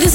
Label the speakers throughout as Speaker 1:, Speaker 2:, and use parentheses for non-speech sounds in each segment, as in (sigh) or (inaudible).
Speaker 1: this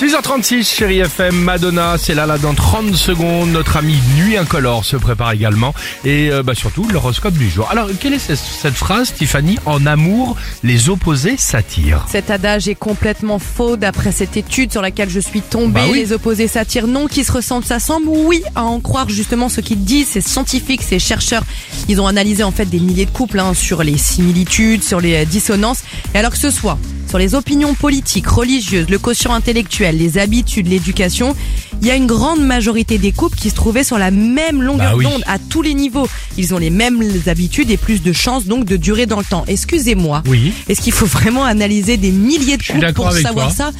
Speaker 2: 6h36, chérie FM, Madonna, c'est là, là, dans 30 secondes. Notre ami Nuit Incolore se prépare également. Et euh, bah, surtout, l'horoscope du jour. Alors, quelle est cette, cette phrase, Tiffany En amour, les opposés s'attirent.
Speaker 3: Cet adage est complètement faux d'après cette étude sur laquelle je suis tombée.
Speaker 2: Bah oui.
Speaker 3: Les opposés s'attirent, non, qui se ressemblent, s'assemblent. Oui, à en croire justement ce qu'ils disent, ces scientifiques, ces chercheurs. Ils ont analysé en fait des milliers de couples hein, sur les similitudes, sur les euh, dissonances. Et alors que ce soit sur les opinions politiques, religieuses, le quotient intellectuel, les habitudes, l'éducation, il y a une grande majorité des couples qui se trouvaient sur la même longueur
Speaker 2: Bah oui.
Speaker 3: d'onde à tous les niveaux. Ils ont les mêmes habitudes et plus de chances donc de durer dans le temps. Excusez-moi.
Speaker 2: Oui.
Speaker 3: Est-ce qu'il faut vraiment analyser des milliers de
Speaker 2: suis
Speaker 3: couples
Speaker 2: d'accord
Speaker 3: pour
Speaker 2: avec
Speaker 3: savoir
Speaker 2: toi.
Speaker 3: ça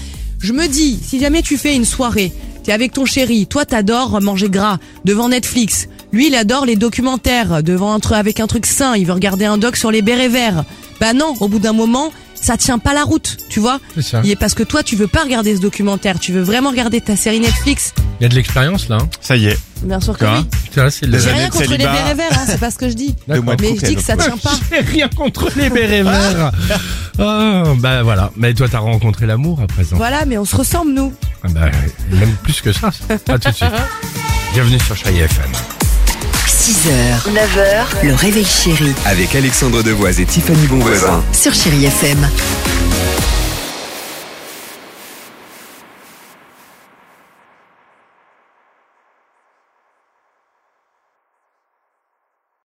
Speaker 3: Je me dis, si jamais tu fais une soirée, t'es avec ton chéri, toi t'adores manger gras devant Netflix. Lui, il adore les documentaires devant un truc avec un truc sain. Il veut regarder un doc sur les bérets verts. Bah non, au bout d'un moment, ça tient pas la route, tu vois.
Speaker 2: C'est ça.
Speaker 3: Et parce que toi, tu veux pas regarder ce documentaire. Tu veux vraiment regarder ta série Netflix.
Speaker 2: Il y a de l'expérience, là. hein.
Speaker 4: Ça y est.
Speaker 3: Bien sûr que
Speaker 4: Quoi
Speaker 3: oui.
Speaker 2: Putain, c'est de la-
Speaker 4: Des
Speaker 3: J'ai
Speaker 2: (laughs)
Speaker 3: rien
Speaker 4: années de
Speaker 3: contre les
Speaker 4: célibat.
Speaker 3: bérets verts, hein, c'est pas ce que je dis.
Speaker 4: Deux mois de
Speaker 3: Mais je
Speaker 4: cocktail,
Speaker 3: dis que ça tient pas.
Speaker 2: J'ai rien contre les bérets verts. Ah, bah voilà. Mais toi, t'as rencontré l'amour à présent.
Speaker 3: Voilà, mais on se ressemble, nous.
Speaker 2: Ah, bah, même plus que ça. À tout
Speaker 3: (laughs)
Speaker 2: de suite. Bienvenue sur Chérie FM.
Speaker 5: 6h, 9h, le réveil chéri
Speaker 6: Avec Alexandre Devoise et Tiffany Bonvoisin.
Speaker 5: sur Chérie FM.